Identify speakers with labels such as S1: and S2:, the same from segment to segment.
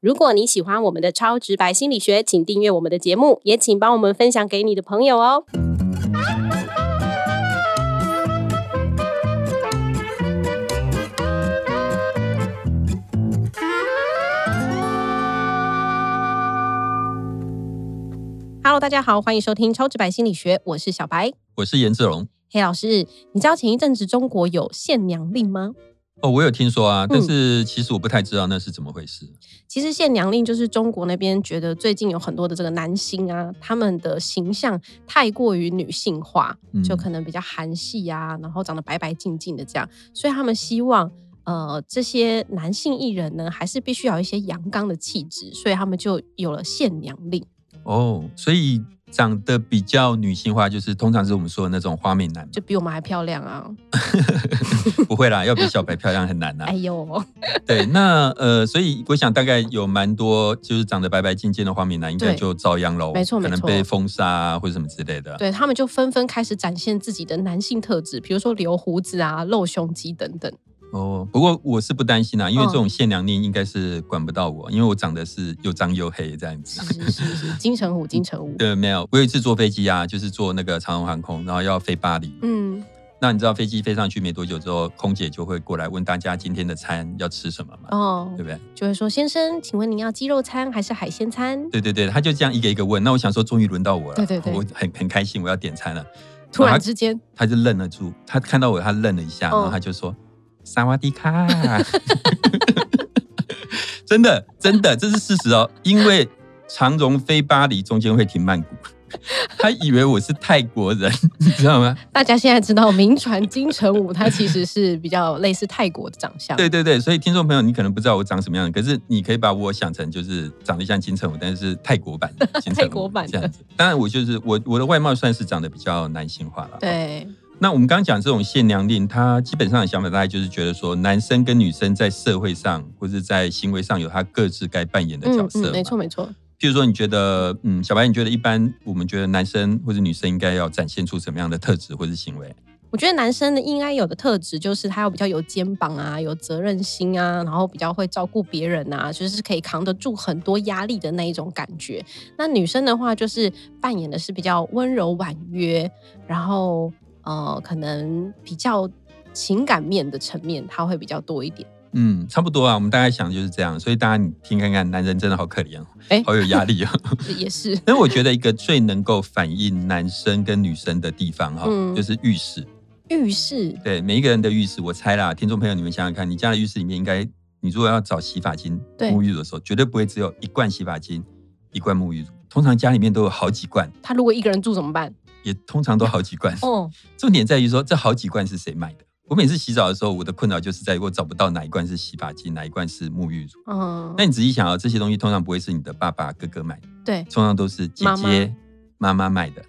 S1: 如果你喜欢我们的超直白心理学，请订阅我们的节目，也请帮我们分享给你的朋友哦。Hello，大家好，欢迎收听超直白心理学，我是小白。
S2: 我是颜志龙。
S1: 嘿，老师，你知道前一阵子中国有限娘令吗？
S2: 哦，我有听说啊，
S1: 嗯
S2: 但是其实我不太知道那是怎么回事。
S1: 其实限娘令就是中国那边觉得最近有很多的这个男星啊，他们的形象太过于女性化，
S2: 嗯
S1: 就可能比较韩系啊，然后长得白白净净的这样，所以他们希望。呃，这些男性艺人呢，还是必须要有一些阳刚的气质，所以他们就有了限娘令。
S2: 哦，所以长得比较女性化，就是通常是我们说的那种花美男嘛，
S1: 就比我们还漂亮啊！
S2: 不会啦，要比小白漂亮很难啊
S1: 哎。呦，
S2: 对，那呃，所以我想大概有蛮多就是长得白白净净的花美男，应该
S1: 对
S2: 就遭殃喽，
S1: 没错
S2: 可
S1: 没
S2: 能
S1: 错
S2: 被封杀啊或者什么之类的。
S1: 对他们就纷纷开始展现自己的男性特质，比如说留胡子啊、露胸肌等 等。
S2: 哦，不过我是不担心啊，因为
S1: 嗯
S2: 这种限量令应该是管不到我，因为我长得是又脏又黑这样子啊
S1: 是。是是是，金城武，金城武。
S2: 对，没有。我有一次坐飞机啊，就是坐那个长荣航空，然后要飞巴黎。
S1: 嗯，
S2: 那你知道飞机飞上去没多久之后，空姐就会过来问大家今天的餐要吃什么嘛，
S1: 哦
S2: 对，不对？
S1: 就会说先生，请问您要鸡肉餐还是海鲜餐？
S2: 对对对，他就这样一个一个问。那我想说，终于轮到我了，
S1: 对对对
S2: 我很很开心，我要点餐了。
S1: 突
S2: 啊
S1: 然之间，
S2: 他就愣了住，他看到我，他愣了一下，然后
S1: 嗯
S2: 他就说：“萨瓦迪卡。” 真的，真的，这是事实哦。因为长荣飞巴黎中间会停曼谷， 他以为我是泰国人，你知道吗？
S1: 大家现在知道名传金城武，他其实是比较类似泰国的长相。
S2: 对对对，所以听众朋友，你可能不知道我长什么样，可是你可以把我想成就是长得像金城武，但是泰国版 的金城武
S1: 泰国版的
S2: 这样子。当然，我就是我我的外貌算是长得比较男性化了。，
S1: 对
S2: 那我们刚刚讲这种限量令，它基本上的想法大概就是觉得说，男生跟女生在社会上或是在行为上有他各自该扮演的角
S1: 嗯
S2: 色、
S1: 嗯，没错。没错。
S2: 譬如说，你觉得，嗯，小白，你觉得一般我们觉得男生或者女生应该要展现出什么样的特质或是行为？
S1: 我觉得男生的应该有的特质就是他要比较有肩膀啊，有责任心啊，然后比较会照顾别人啊，就是可以扛得住很多压力的那一种感觉。那女生的话，就是扮演的是比较温柔婉约，然后呃，可能比较情感面的层面，他会比较多一点。
S2: 嗯，差不多啊，我们大概想的就是这样。所以大家你听看看，男人真的好可怜哦，
S1: 哎
S2: 好有压力哦。
S1: 也是，
S2: 但我觉得一个最能够反映男生跟女生的地方哈、
S1: 嗯
S2: 就是浴室。
S1: 浴室
S2: 对每一个人的浴室，我猜啦，听众朋友你们想想看，你家的浴室里面应该，你如果要找洗发精
S1: 对
S2: 沐浴乳的时候，绝对不会只有一罐洗发精，一罐沐浴乳，通常家里面都有好几罐，
S1: 他如果一个人住怎么办？
S2: 也通常都好几罐。
S1: 哦，
S2: 重点在于说这好几罐是谁买的。我每次洗澡的时候，我的困扰就是在于我找不到哪一罐是洗发精，哪一罐是沐浴乳。
S1: 嗯，
S2: 那你仔细想啊，这些东西通常不会是你的爸爸、哥哥买的。
S1: 对，
S2: 通常都是姐
S1: 妈
S2: 姐、妈妈买的。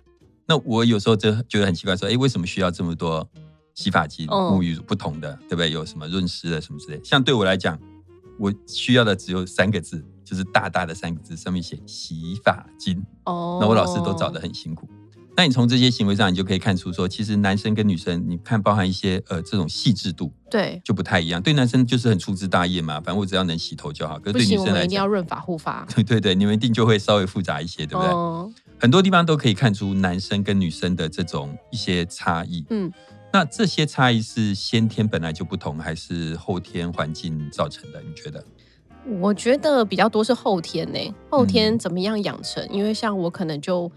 S2: 那我有时候就觉得很奇怪，说，哎，为什么需要这么多洗发精、
S1: 哦
S2: 沐浴乳不同的，对不对？有什么润湿的什么之类。像对我来讲，我需要的只有三个字，就是大大的三个字，上面写洗发精。
S1: 哦，
S2: 那我老师都找得很辛苦。那你从这些行为上，你就可以看出说，其实男生跟女生，你看包含一些呃这种细致度
S1: 对，
S2: 就不太一样。对男生就是很粗枝大叶嘛，反正我只要能洗头就好。可是
S1: 不
S2: 对女
S1: 行，我
S2: 生
S1: 们
S2: 来
S1: 一定要
S2: 讲，
S1: 润发护发，
S2: 对对对，你们一定就会稍微复杂一些， 对不对？
S1: 嗯
S2: 很多地方都可以看出男生跟女生的这种一些差异。
S1: 嗯，
S2: 那这些差异是先天本来就不同，还是后天环境造成的？你觉得？
S1: 我觉得比较多是后天呢、后天
S2: 嗯
S1: 怎么样养成？因为像我可能就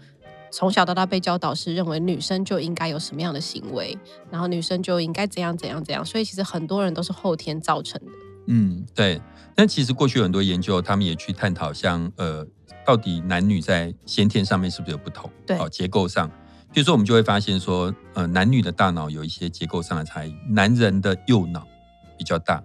S1: 从小到大被教导是认为女生就应该有什么样的行为，然后女生就应该怎样怎样怎样，所以其实很多人都是后天造成的。
S2: 嗯，对。但其实过去有很多研究，他们也去探讨像呃，到底男女在先天上面是不是有不同？
S1: 对
S2: 好结构上，比如说我们就会发现说，呃，男女的大脑有一些结构上的差异，男人的右脑比较大，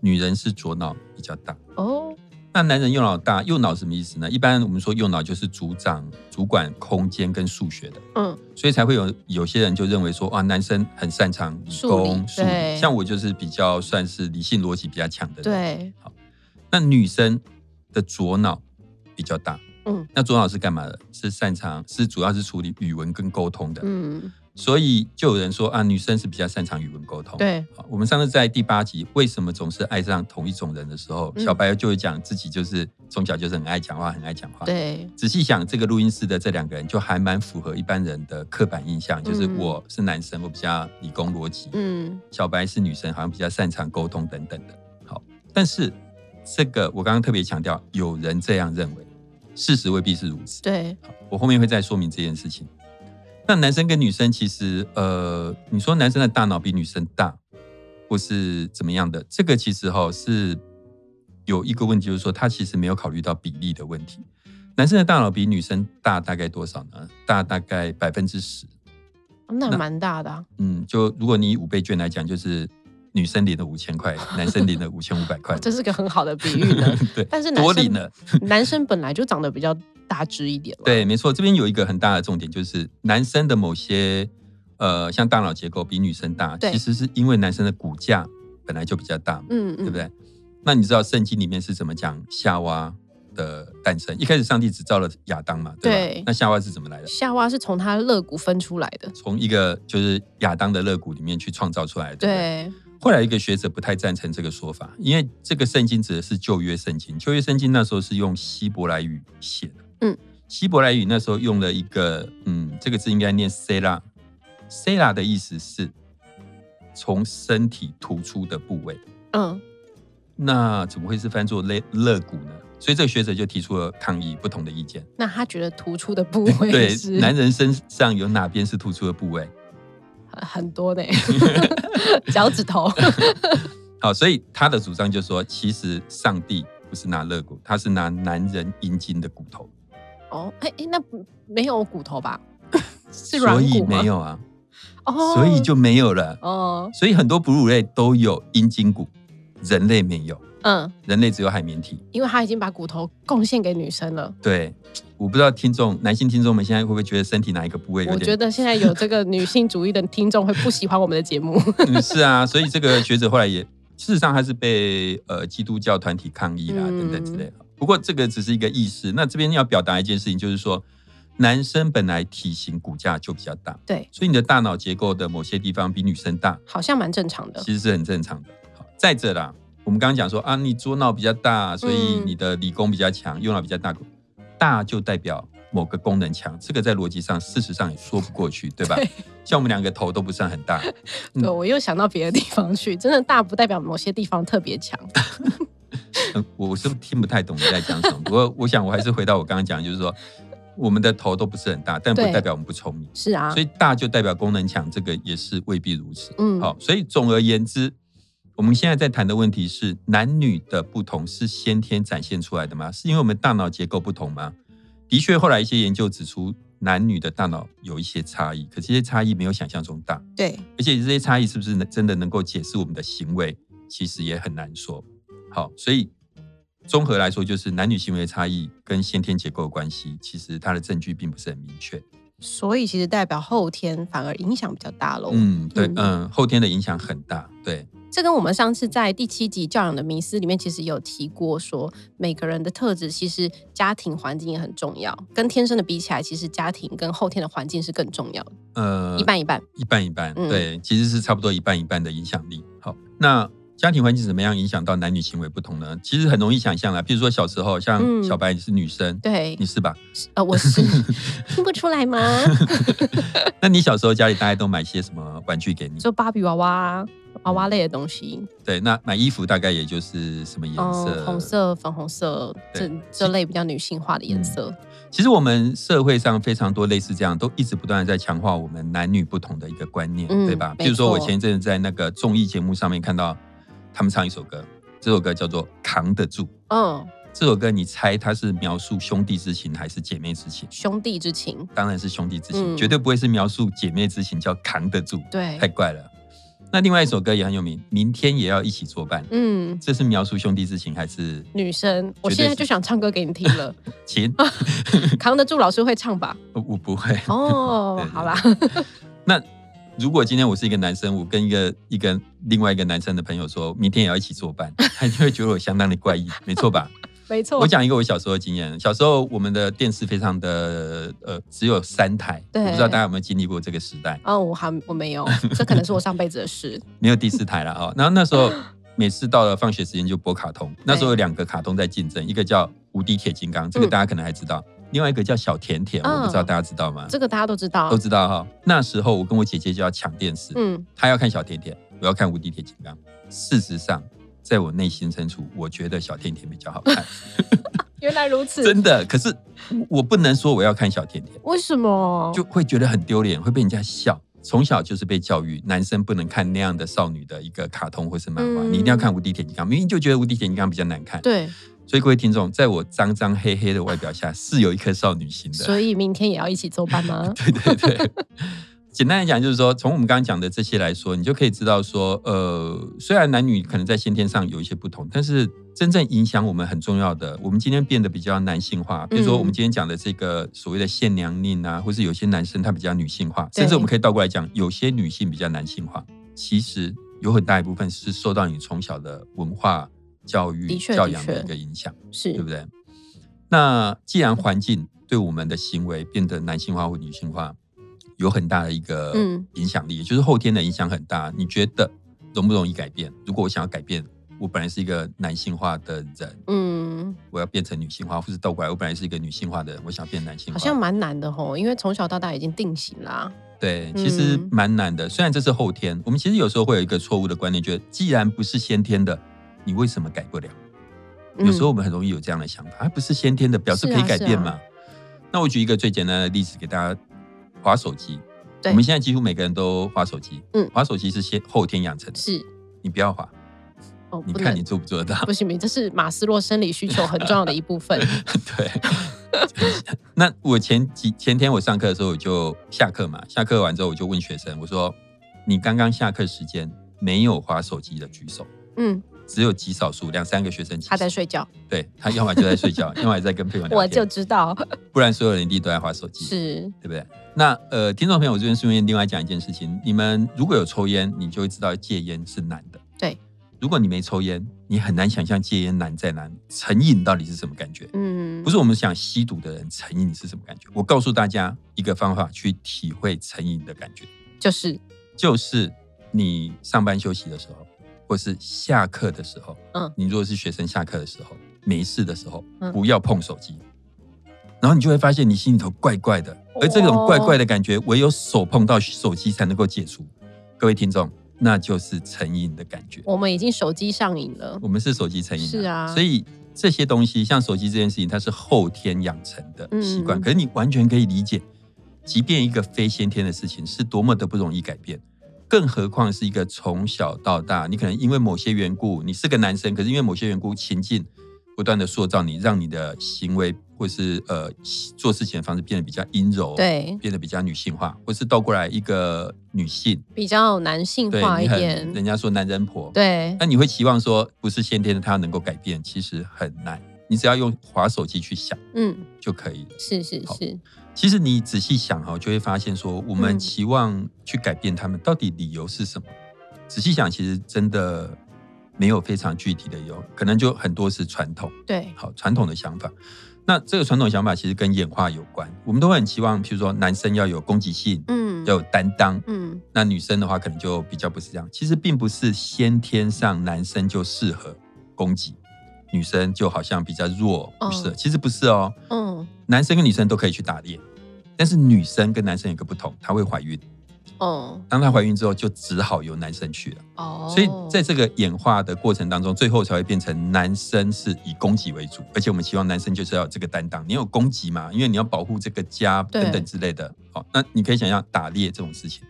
S2: 女人是左脑比较大。
S1: 哦，
S2: 那男人右脑大，右脑什么意思呢？一般我们说右脑就是主掌主管空间跟数学的，
S1: 嗯，
S2: 所以才会有有些人就认为说，哇，男生很擅长理
S1: 数理
S2: 工数
S1: 对
S2: 理，像我就是比较算是理性逻辑比较强的人。，
S1: 对，
S2: 那女生的左脑比较大，
S1: 嗯
S2: 那左脑是干嘛的？是擅长是主要是处理语文跟沟通的。
S1: 嗯，
S2: 所以就有人说啊，女生是比较擅长与文沟通。
S1: 对，
S2: 好，我们上次在第八集为什么总是爱上同一种人的时候，
S1: 嗯
S2: 小白就会讲自己就是从小就是很爱讲话，很爱讲话。，
S1: 对，
S2: 仔细想这个录音室的这两个人，就还蛮符合一般人的刻板印象，就是
S1: 嗯
S2: 我是男生，我比较理工逻辑，
S1: 嗯，
S2: 小白是女生，好像比较擅长沟通等等的。好，但是这个我刚刚特别强调，有人这样认为，事实未必是如此。
S1: 对，
S2: 好我后面会再说明这件事情。那男生跟女生其实，呃，你说男生的大脑比女生大，或是怎么样的，这个其实哈、是有一个问题，就是说他其实没有考虑到比例的问题。男生的大脑比女生大大概多少呢？大大概百分之十。
S1: 那蛮大的啊、
S2: 嗯，就如果你以五倍券来讲，就是女生领了五千块，男生领了五千五百块。
S1: 哦 这是个很好的比喻 呢。
S2: 对，
S1: 但是男
S2: 嗯多
S1: 生
S2: 领了。
S1: 男生本来就长得比较大只一点了。
S2: 对，没错，这边有一个很大的重点，就是男生的某些呃，像大脑结构比女生大，
S1: 对
S2: 其实是因为男生的骨架本来就比较大嘛，
S1: 嗯，嗯，
S2: 对不？对？那你知道圣经里面是怎么讲夏娃的诞生？一开始上帝只造了亚当嘛，对吧？
S1: 对
S2: 那夏娃是怎么来的？
S1: 夏娃是从他肋骨分出来的。
S2: 从一个就是亚当的肋骨里面去创造出来的，不
S1: 对，
S2: 后来一个学者不太赞成这个说法，因为这个圣经指的是旧约圣经，旧约圣经那时候是用希伯来语写的。
S1: 嗯，
S2: 希伯来语那时候用了一个嗯，这个字应该念 “sela”，“sela” 的意思是从身体突出的部位。
S1: 嗯，
S2: 那怎么会是翻作肋肋骨呢？所以这个学者就提出了抗议，不同的意见。
S1: 那他觉得突出的部位
S2: 对，
S1: 是
S2: 男人身上有哪边是突出的部位？
S1: 很很多 呢，脚趾头。
S2: 好，哦所以他的主张就是说，其实上帝不是拿肋骨，他是拿男人阴茎的骨头。
S1: 哦，哎哎，那不没有骨头吧？是软
S2: 所以
S1: 骨吗？
S2: 没有啊，
S1: 哦，
S2: 所以就没有了。
S1: 哦，
S2: 所以很多哺乳类都有阴茎骨，人类没有，
S1: 嗯，
S2: 人类只有海绵体。
S1: 因为他已经把骨头贡献给女生了。
S2: 对，我不知道听众男性听众们现在会不会觉得身体哪一个部位有
S1: 我觉
S2: 点？
S1: 得现在有这个女性主义的听众会不喜欢我们的节目。
S2: 嗯是啊，所以这个学者后来也，事实上他是被呃基督教团体抗议啦、
S1: 嗯
S2: 等等之类的。不过这个只是一个意识。那这边要表达一件事情，就是说男生本来体型骨架就比较大，
S1: 对，
S2: 所以你的大脑结构的某些地方比女生大，
S1: 好像蛮正常的。
S2: 其实是很正常的。好，再者啦，我们刚刚讲说啊，你左脑比较大，所以
S1: 嗯
S2: 你的理工比较强，右脑比较大，大就代表某个功能强，这个在逻辑上事实上也说不过去，对吧？
S1: 对
S2: 像我们两个头都不算很大， 嗯
S1: 对，我又想到别的地方去，真的大不代表某些地方特别强。
S2: 嗯我是听不太懂你在讲 什么。不过我想我还是回到我刚刚讲的，就是说我们的头都不是很大，但不
S1: 对
S2: 代表我们不聪明，
S1: 是啊，
S2: 所以大就代表功能强，这个也是未必如此。
S1: 嗯，
S2: 好，所以总而言之，我们现在在谈的问题是男女的不同是先天展现出来的吗？是因为我们大脑结构不同吗？的确，后来一些研究指出，男女的大脑有一些差异，可这些差异没有想象中大，
S1: 对，
S2: 而且这些差异是不是能真的能够解释我们的行为，其实也很难说。好，所以综合来说，就是男女行为的差异跟先天结构的关系，其实它的证据并不是很明确。
S1: 哦所以其实代表后天反而影响比较大喽。
S2: 嗯，对，
S1: 嗯
S2: 嗯，后天的影响很大，对。
S1: 这跟我们上次在第七集教养的迷思里面其实有提过说每个人的特质其实家庭环境也很重要，跟天生的比起来，其实家庭跟后天的环境是更重要的，
S2: 呃，
S1: 一半一半。
S2: 一半一半，
S1: 嗯
S2: 对，其实是差不多一半一半的影响力。好，那家庭环境怎么样影响到男女行为不同呢？其实很容易想象啦，比如说小时候，像
S1: 嗯
S2: 小白你是女生，
S1: 对
S2: 你，是吧？
S1: 呃，我是听不出来吗？
S2: 那你小时候家里大概都买些什么玩具给你？
S1: 就芭比娃娃、娃娃类的东西，
S2: 对，那买衣服大概也就是什么颜色、
S1: 嗯，红。色、粉红色
S2: 对
S1: 这这类比较女性化的颜色。
S2: 其实我们社会上非常多类似这样，都一直不断的在强化我们男女不同的一个观念，
S1: 嗯
S2: 对吧？
S1: 没
S2: 比如说我
S1: 错
S2: 前一阵子在那个综艺节目上面看到他们唱一首歌，这首歌叫做《扛得住》。
S1: 嗯，
S2: 这首歌你猜它是描述兄弟之情还是姐妹之情？
S1: 兄弟之情，
S2: 当然是兄弟之情，
S1: 嗯
S2: 绝对不会是描述姐妹之情，叫扛得住，
S1: 对
S2: 太，怪了。那另外一首歌也很有名，《明天也要一起作伴》，
S1: 嗯，
S2: 这是描述兄弟之情还是
S1: 女生，我
S2: 绝对
S1: 现在
S2: 是
S1: 就想唱歌给你听 了，
S2: 情？
S1: 嗯扛得住，老师会唱吧？
S2: 我我不会。对
S1: 哦
S2: 对，
S1: 好啦，
S2: 那如果今天我是一个男生，我跟一个 一个另外一个男生的朋友说，明天也要一起作伴，他就会觉得我相当的怪异，没错吧？
S1: 没错
S2: 我讲一个我小时候的经验，小时候我们的电视非常的呃，只有三台，我
S1: 对
S2: 不知道大家有没有经历过这个时代，
S1: 哦，我还我没有，这可能是我上辈子的 事。
S2: 没有第四台了哦。然后那时候每次到了放学时间就播卡通，那时候有两个卡通在竞争，一个叫《无敌铁金刚》，这个
S1: 嗯
S2: 大家可能还知道，另外一个叫《小甜甜》，我不知道
S1: 嗯
S2: 大家知道吗？
S1: 这个大家都知道
S2: 都。知道哈、那时候我跟我姐姐就要抢电视，
S1: 嗯，
S2: 她要看小甜甜，我要看无敌铁金刚。事实上，在我内心深处，我觉得小甜甜比较好 看，
S1: 原来如此。
S2: 真的。可是我不能说我要看小甜甜，
S1: 为什么？
S2: 就会觉得很丢脸，会被人家笑。从小就是被教育，男生不能看那样的少女的一个卡通或是漫画，
S1: 嗯
S2: 你一定要看无敌铁金刚。明明就觉得无敌铁金刚比较难看，
S1: 对，
S2: 所以各位听众，在我脏脏黑黑的外表下，是有一颗少女心的。？
S1: 所以明天也要一起作伴吗
S2: 对对对，简单来讲就是说，从我们刚刚讲的这些来说，你就可以知道说，呃，虽然男女可能在先天上有一些不同，但是真正影响我们很重要的，我们今天变得比较男性化，比如说
S1: 嗯
S2: 我们今天讲的这个所谓的限娘令啊，或是有些男生他比较女性化，
S1: 对
S2: 甚至我们可以倒过来讲，有些女性比较男性化，其实有很大一部分是受到你从小的文化教育
S1: 的确
S2: 教
S1: 的
S2: 养的
S1: 确
S2: 一个影响。
S1: 是
S2: 对不对？那既然环境对我们的行为变得男性化或女性化有很大的一个
S1: 嗯
S2: 影响力，也就是后天的影响很大。你觉得容不容易改变？如果我想要改变，我本来是一个男性化的人，
S1: 嗯，
S2: 我要变成女性化，或是倒过来，我本来是一个女性化的人，我想变男性
S1: 好
S2: 化。
S1: 像蛮难的吼，因为从小到大已经定型啦。
S2: 对，其实
S1: 嗯
S2: 蛮难的。虽然这是后天，我们其实有时候会有一个错误的观念，觉得既然不是先天的，你为什么改不了？有时候我们很容易有这样的想法，啊它不是先天的，表示
S1: 嗯是
S2: 可以
S1: 啊
S2: 改
S1: 是
S2: 变
S1: 啊
S2: 嘛。那我举一个最简单的例子给大家，划手机。
S1: 对
S2: 我们现在几乎每个人都划手机，
S1: 嗯
S2: 划手机是先后天养成
S1: 嗯
S2: 的，
S1: 是
S2: 你不要划，
S1: 哦，
S2: 你
S1: 不
S2: 看
S1: 能
S2: 你做不做得到？
S1: 不行不行，这是马斯洛生理需求很重要的一部分。
S2: 对。那我前几前天我上课的时候，我就下课嘛，下课完之后我就问学生，我说你刚刚下课时间没有划手机的举手，
S1: 嗯，
S2: 只有极少数两三个学生举手，
S1: 他在睡觉，
S2: 对他要么就在睡 觉，要么也在跟朋友聊天，
S1: 我就知道
S2: 不然所有人一定都在划手机。
S1: 是
S2: 对不对？那呃，听众朋友，我这边顺便另外讲一件事情：你们如果有抽烟，你就会知道戒烟是难的。
S1: 对，
S2: 如果你没抽烟，你很难想象戒烟难在哪里，成瘾到底是什么感觉？
S1: 嗯，
S2: 不是我们想吸毒的人成瘾是什么感觉？我告诉大家一个方法去体会成瘾的感觉，
S1: 就是
S2: 就是你上班休息的时候，或是下课的时候，
S1: 嗯
S2: 你如果是学生下课的时候，没事的时候，
S1: 嗯
S2: 不要碰手机，然后你就会发现你心里头怪怪的，
S1: 哦
S2: 而这种怪怪的感觉，唯有手碰到手机才能够解除。各位听众，那就是成瘾的感觉。
S1: 我们已经手机上瘾了。
S2: 我们是手机成瘾、
S1: 是啊
S2: 所以这些东西，像手机这件事情，它是后天养成的习惯。
S1: 嗯
S2: 可是你完全可以理解，即便一个非先天的事情，是多么的不容易改变，更何况是一个从小到大，你可能因为某些缘故，你是个男生，可是因为某些缘故，情境不断的塑造你，让你的行为或是呃做事情的方式变得比较阴柔，，
S1: 对，
S2: 变得比较女性化，或是倒过来一个女性，
S1: 比较男性
S2: 对
S1: 化一
S2: 你哎很，
S1: 点。
S2: 人家说男人婆，
S1: 对，
S2: 那你会期望说不是先天的它能够改变，其实很难。你只要用滑手机去想
S1: 嗯，
S2: 就可以了。
S1: 是是
S2: 好
S1: 是，
S2: 其实你仔细想哈，就会发现说我们
S1: 嗯
S2: 期望去改变他们，到底理由是什么？仔细想，其实真的没有非常具体的理由，可能就很多是传统。
S1: 对，
S2: 好，传统的想法。那这个传统想法其实跟演化有关，我们都会很期望，譬如说男生要有攻击性，
S1: 嗯，
S2: 要有担当，
S1: 嗯，
S2: 那女生的话，可能就比较不是这样。其实并不是先天上男生就适合攻击，女生就好像比较弱，
S1: 哦
S2: 不适合。其实不是哦，
S1: 嗯，
S2: 男生跟女生都可以去打猎，但是女生跟男生有个不同，她会怀孕。
S1: 哦，
S2: 当她怀孕之后，就只好由男生去了。
S1: 哦，
S2: 所以在这个演化的过程当中，最后才会变成男生是以攻击为主，而且我们希望男生就是要有这个担当，你有攻击嘛，因为你要保护这个家
S1: 对
S2: 等等之类的。好，那你可以想象打猎这种事情。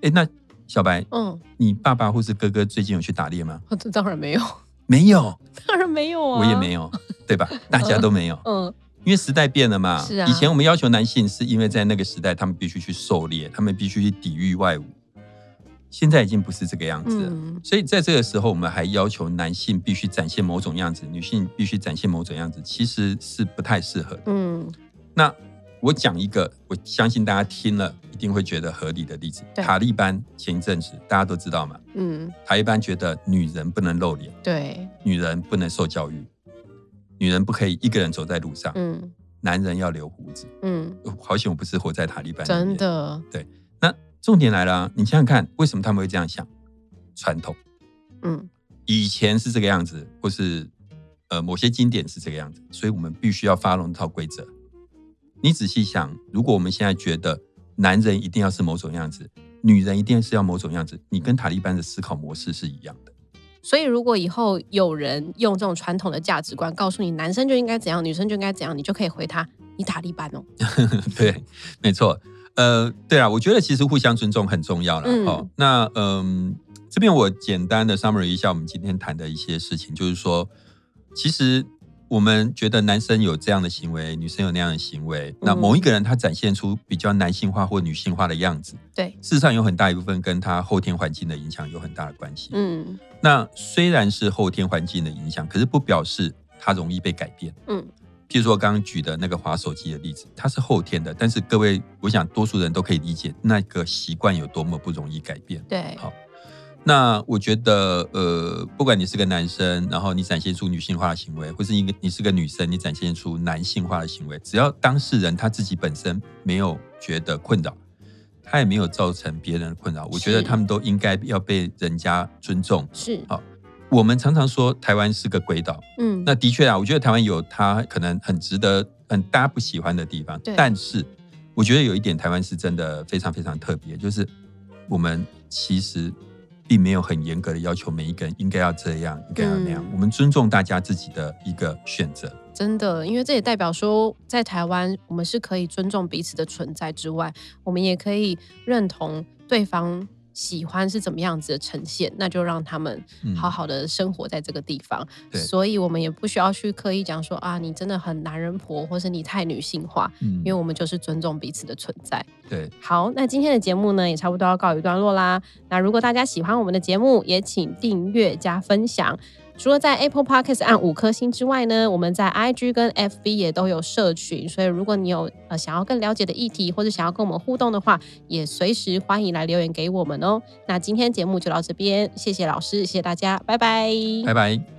S2: 哎，那小白，
S1: 嗯，
S2: 你爸爸或是哥哥最近有去打猎吗？
S1: 我这当然没有，
S2: 没有，
S1: 当然没有啊，
S2: 我也没有，对 吧？大家都没有，
S1: 嗯，
S2: 因为时代变了嘛。
S1: 是啊
S2: 以前我们要求男性，是因为在那个时代他们必须去狩猎，他们必须去抵御外侮。现在已经不是这个样子了。
S1: 嗯，
S2: 所以在这个时候，我们还要求男性必须展现某种样子，女性必须展现某种样子，其实是不太适合的。
S1: 嗯，
S2: 那我讲一个，我相信大家听了一定会觉得合理的例子：
S1: 对
S2: 塔利班前一阵子大家都知道嘛，
S1: 嗯，
S2: 塔利班觉得女人不能露脸，
S1: 对，
S2: 女人不能受教育，女人不可以一个人走在路上，
S1: 嗯
S2: 男人要留胡子。
S1: 嗯，
S2: 呃好险我不是活在塔利班里
S1: 真。
S2: 面
S1: 的，
S2: 那重点来了啊，你想想看，为什么他们会这样想？传统
S1: 嗯
S2: 以前是这个样子，或是呃某些经典是这个样子，所以我们必须要发笼这套规则。你仔细想，如果我们现在觉得男人一定要是某种样子，女人一定是要某种样子，你跟塔利班的思考模式是一样的。
S1: 所以如果以后有人用这种传统的价值观告诉你男生就应该怎样，女生就应该怎样，你就可以回他你塔利班哦，
S2: 对，没错。呃，对啊，我觉得其实互相尊重很重要啦。
S1: 嗯
S2: 哦，那嗯、这边我简单的 summary 一下我们今天谈的一些事情，就是说，其实我们觉得男生有这样的行为，女生有那样的行为，那
S1: 嗯
S2: 某一个人他展现出比较男性化或女性化的样子，
S1: 对，
S2: 事实上有很大一部分跟他后天环境的影响有很大的关系。
S1: 嗯
S2: 那虽然是后天环境的影响，可是不表示它容易被改变。
S1: 嗯，
S2: 譬如说刚刚举的那个滑手机的例子，它是后天的，但是各位，我想多数人都可以理解那个习惯有多么不容易改变。
S1: 对，
S2: 好那我觉得，呃，不管你是个男生，然后你展现出女性化的行为，或是一个你是个女生，你展现出男性化的行为，只要当事人他自己本身没有觉得困扰，他也没有造成别人的困扰，我觉得
S1: 是
S2: 他们都应该要被人家尊重，
S1: 是，
S2: 我们常常说台湾是个鬼岛，
S1: 嗯，
S2: 那的确啊，我觉得台湾有它可能很值得、很大家不喜欢的地方
S1: 对，
S2: 但是我觉得有一点台湾是真的非常非常特别，就是我们其实并没有很严格的要求每一个人应该要这样、应该要那样，
S1: 嗯
S2: 我们尊重大家自己的一个选择。
S1: 真的，因为这也代表说，在台湾我们是可以尊重彼此的存在之外，我们也可以认同对方喜欢是怎么样子的呈现，那就让他们
S2: 嗯
S1: 好好的生活在这个地方。
S2: 对
S1: 所以我们也不需要去刻意讲说啊，你真的很男人婆，或是你太女性化，
S2: 嗯
S1: 因为我们就是尊重彼此的存在。
S2: 对，
S1: 好，那今天的节目呢，也差不多要告一段落啦。那如果大家喜欢我们的节目，也请订阅加分享。除了在 Apple Podcast 按五颗星之外呢，我们在 IG 跟 FB 也都有社群，所以如果你有呃想要更了解的议题，或者想要跟我们互动的话，也随时欢迎来留言给我们哦。那今天节目就到这边，谢谢老师，谢谢大家，拜拜
S2: 拜拜。